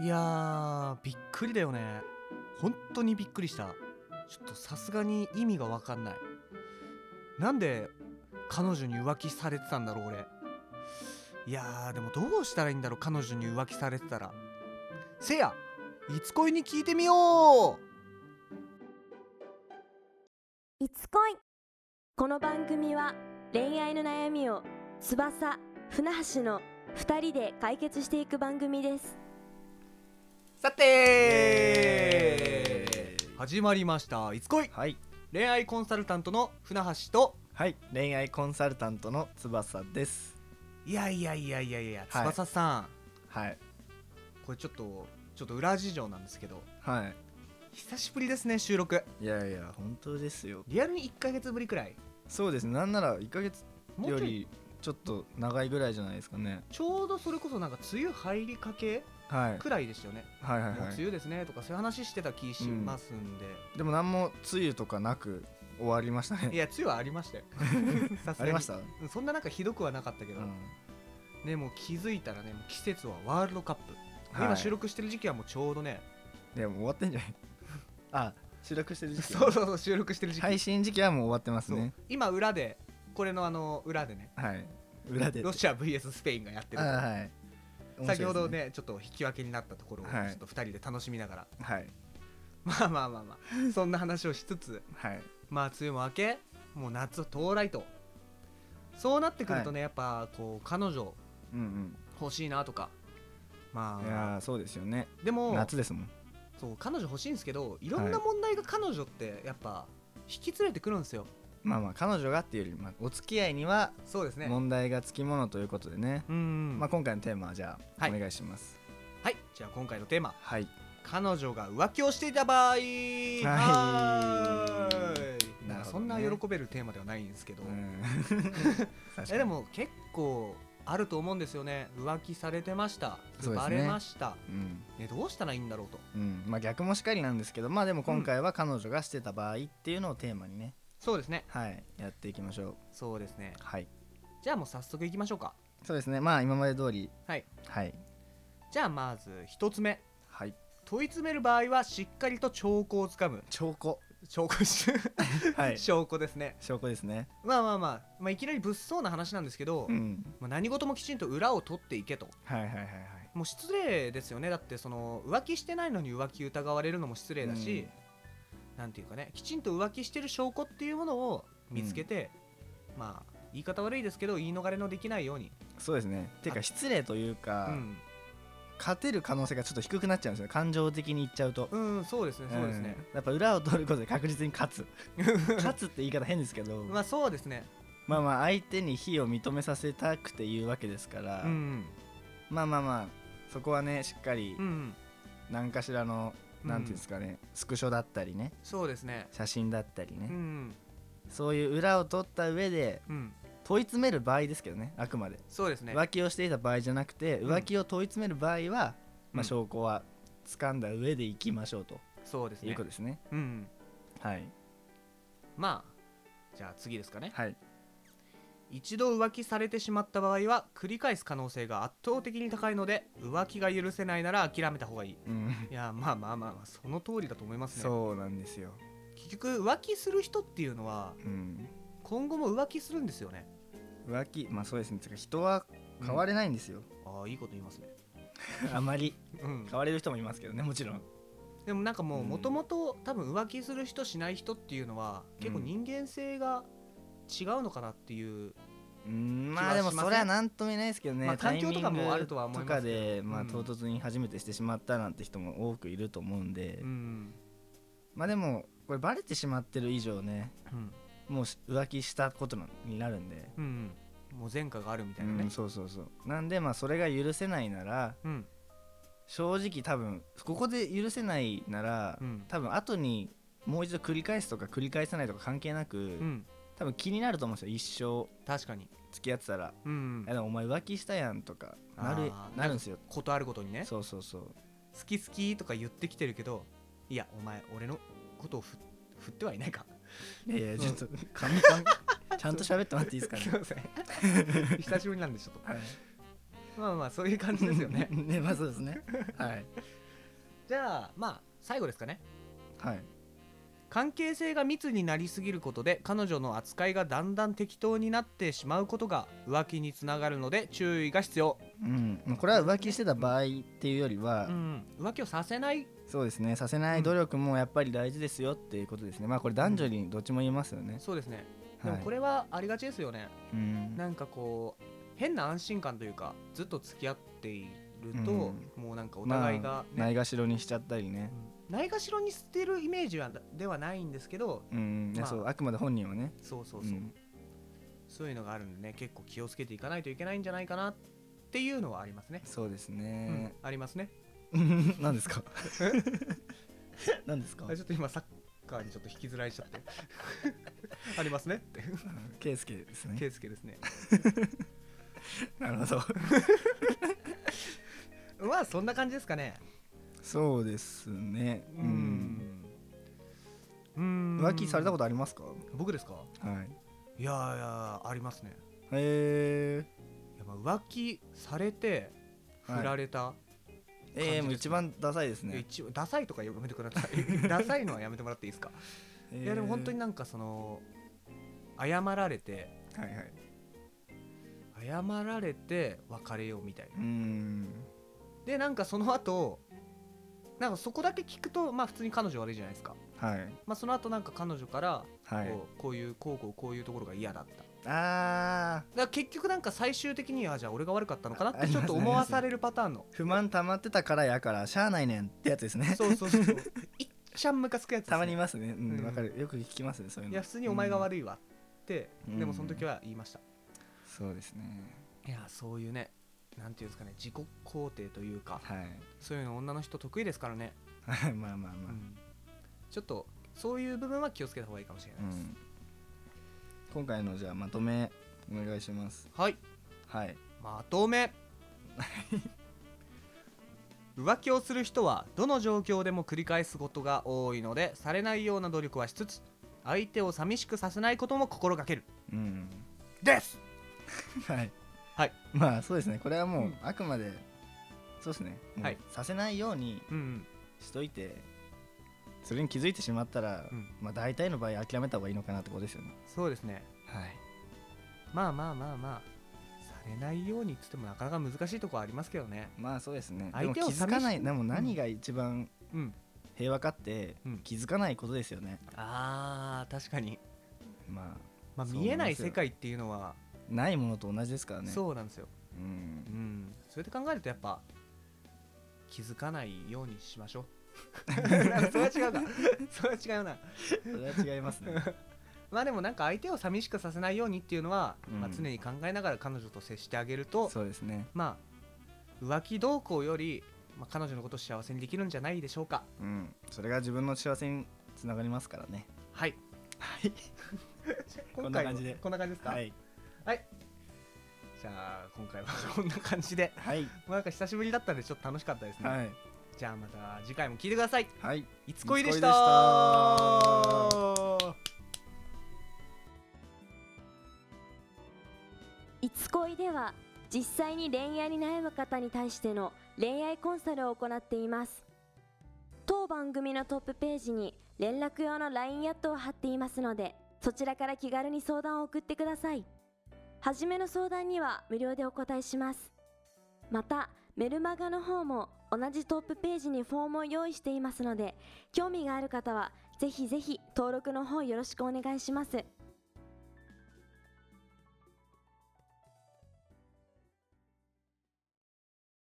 いやーびっくりだよね本当にびっくりしたちょっとさすがに意味が分かんないなんで彼女に浮気されてたんだろう俺いやーでもどうしたらいいんだろう彼女に浮気されてたらせいやいつ恋に聞いてみよういつ恋この番組は恋愛の悩みを翼船橋の2人で解決していく番組ですさて始まりました「いつ恋はい、」恋愛コンサルタントの船橋とはい、恋愛コンサルタントの翼です。いやいやいやいやいやはい翼さん、はい、これちょっとちょっと裏事情なんですけどは久しぶりですね収録い、いやいや、本当ですよ。リアルに1ヶ月ぶりくらいそうですね、なんなら一ヶ月もようちょいりちょっと長いぐらいじゃないですかね。ちょうどそれこそなんか梅雨入りかけはい、くらいでしたよね、はいはいもうは梅い。雨ですねとかそういう話してた気しますんで、でも何も梅雨とかなく終わりましたいね。や梅雨はありま したよさすがにありました。うそんななんかひどくはなかったけど、ん、ねもう気づいたらねもう季節はワールドカップ、はい今収録してる時期はもうちょうどねいや、もう終わってんじ ゃない。あ、収録してる時期。そうそうそう収録してる時期、配信時期はもう終わってますそうね。今裏でこれのあの裏でねはい、裏で。ロシア VS スペインがやってあるはい。先ほど面白いでねちょっと引き分けになったところをちょはいっと2人で楽しみながら、すね。はい、 まあまあまあまあそんな話をしつつはい、まあ梅雨も明けもう夏到来とそうなってくるとね、やっぱこう彼女うん欲しいなとかうまん。いやあー、そうですよね。でも夏ですもん。そう彼女欲しいんですけどいろんな問題が彼女ってやっぱ引き連れてくるんですよ、まあまあ彼女がっていうより、まあ、お付き合いにはそうですね問題がつきものということでね、うんうん、まあ、今回のテーマはじゃあはいお願いしますはいじゃあ今回のテーマはい、彼女が浮気をしていた場合はーいなるほどねまあそんな喜べるテーマではないんですけど、うん 確かえにでも結構あると思うんですよね浮気されてました、そうですバねレました、うん、ね、どうしたらいいんだろうとうん、まあ逆もしかりなんですけどまあでも今回は彼女がしてた場合っていうのをテーマにね、そうですねはいやっていきましょうそうですねはいじゃあもう早速いきましょうかそうですねまあ今まで通りはいはいじゃあまず一つ目はい問い詰める場合はしっかりと証拠をつかむ証拠証拠し、は い証拠ですね証拠ですねまあまあまあ、まあ、いきなり物騒な話なんですけど、うんまあ、何事もきちんと裏を取っていけとはいはいはいはいもう失礼ですよねだってその浮気してないのに浮気疑われるのも失礼だし、なんていうかねきちんと浮気してる証拠っていうものを見つけて、まあ言い方悪いですけど言い逃れのできないように、そうですねっていうか失礼というか、うん、勝てる可能性がちょっと低くなっちゃうんですよね感情的にいっちゃうとうん、そうですねそうですね、うんやっぱ裏を取ることで確実 に勝つ勝つって言い方変ですけどまあそうですねまあまあ相手に非を認めさせたくて言うわけですから、うんまあまあまあそこはねしっかりうん、うん、何かしらの、うんなんていうんですかねスクショだったりねそうですね写真だったりねう、んそういう裏を取った上でうん問い詰める場合ですけどねあくまで、そうですね浮気をしていた場合じゃなくてん浮気を問い詰める場合は、うんまあ、証拠は掴んだ上でいきましょうとそうですいうねことですねうんはいまあじゃあ次ですかねはい一度浮気されてしまった場合は繰り返す可能性が圧倒的に高いので浮気が許せないなら諦めた方がいいうんいやまあまあまあまあその通りだと思いますねそうなんですよ結局浮気する人っていうのはうん今後も浮気するんですよね浮気まあそうですねてか人は変われないんですよ、ああいいこと言いますねあまりうん変われる人もいますけどねもちろんでもなんかもううんもともと多分浮気する人しない人っていうのは結構うん人間性が違うのかなっていううん気はまあでもしますねそれは何とも言えないですけどね、まあ環境とかもタイミングあるとは思いますけどとかで、まうあ、ん唐突に初めてしてしまったなんて人も多くいると思うんで、うん、まあでもこれバレてしまってる以上ねうんもうし浮気したことなになるんで、うんうん、もう前科があるみたう、いなんねそうそうそうなんでまあそれが許せないならうん正直多分ここで許せないなら、うん多分後にもう一度繰り返すとか繰り返さないとか関係なく、うん多分気になると思うんですよ一生確かに付き合ってたらうんうん「えでもお前浮気したやん」とかなるあーなるんですよことあることにねそうそうそう好き好きとか言ってきてるけどいやお前俺のことをふ振ってはいない かいやいやそちうょ っと神々ちゃんと喋ってもらっていいですかねすいません久しぶりなんでちょっとはいまあまあそういう感じですよ ねねまあそうですねはいじゃあまあ最後ですかねはい関係性が密になりすぎることで彼女の扱いがだんだん適当になってしまうことが浮気につながるので注意が必要、うん、まあこれは浮気してた場合っていうよりは、うん、浮気をさせないそうですねさせない努力もやっぱり大事ですよっていうことですねまあこれ男女にどっちも言えますよね、そうですねでもはいこれはありがちですよね、うんなんかこう変な安心感というかずっと付き合っていると、うもうなんかお互いが、ねまあないがしろにしちゃったりねうんないがしろに捨てるイメージはではないんですけどうん、ねまあそうあくまで本人はねそうそうそう、んそういうのがあるんでね結構気をつけていかないといけないんじゃないかなっていうのはありますね、そうですうねん、ありますね何ですか何ですかあちょっと今サッカーにちょっと引きずられちゃって ありますねってケイスケですね圭介ですねなるほどまあそんな感じですかねそうですねううんんうん浮気されたことありますか僕ですかはいいやいやありますねへいやまあ浮気されて振られた、えええもう一番ダサいですね一応ダサいとかやめてください ダサいのはやめてもらっていいですかいいやでも本当になんかその謝られてはいはい謝られて別れようみたいなうんでなんかその後なんかそこだけ聞くとまあ普通に彼女悪いじゃないですかはいまあその後なんか彼女からこう,、はいこういうこうこうこういうところが嫌だっただかあーら結局なんか最終的にはじゃあ俺が悪かったのかなっあてちょっとありますね思わされるパタ ーンの不満溜まってたからやからしゃあないねんってやつですねそうそうそうそういっちゃんムカつくやつですねたまにいますねううんんわかるよく聞きますねそういうのいや普通にお前がい悪いわって、うんでもその時は言いましたそうですねいやそういうねなんていうんですかね自己肯定というかはいそういうの女の人得意ですからね、はいまあまあまちょっとそういう部分は気をつけた方がいいかもしれあうないです、ん今回のじゃあまとめお願いしますはいはいまと め浮気をする人はどの状況でも繰り返すことが多いのでされないような努力はしつつ相手を寂しくさせないことも心がけるうんですはいはいまあそうですねこれはもう、うんあくまでそうですねもうはいさせないようにうんしといてそれに気づいてしまったら、うんまあ大体の場合諦めた方がいいのかなってことですよねそうですねはいまあまあまあまあされないようにっつってもなかなか難しいところありますけどねまあそうですねで相も気手をづかな寂いしでも何が一番うん平和かってうん気づかないことですよね、あー確かに、まあまあ、そう思いますよ見えない世界っていうのはないものと同じですからねう、、そうなんですよ、うんん、そうやって考えるとやっぱ気づかないようにしましょ うなんかそれは違うか それは違うなそれは 違いますねまあでもなんか相手を寂しくさせないようにっていうのは、うんまあ、常に考えながら彼女と接してあげるとそうですねまあ浮気動向より、まあ、彼女のことを幸せにできるんじゃないでしょうかうんそれが自分の幸せにつながりますからねはいはい 今ん回なは感じでこんな感じですか、はいじゃあ今回はこんな感じではいもうなんか久しぶりだったんでちょっと楽しかったですね、はい、じゃあまた次回も聞いてくださいはいいつこいでしたいつこいつ恋では実際に恋愛に悩む方に対しての恋愛コンサルを行っています当番組のトップページに連絡用の LINE アットを貼っていますのでそちらから気軽に相談を送ってください初めの相談には無料でお答えしますまたメルマガの方も同じトップページにフォームを用意していますので興味がある方はぜひぜひ登録の方よろしくお願いします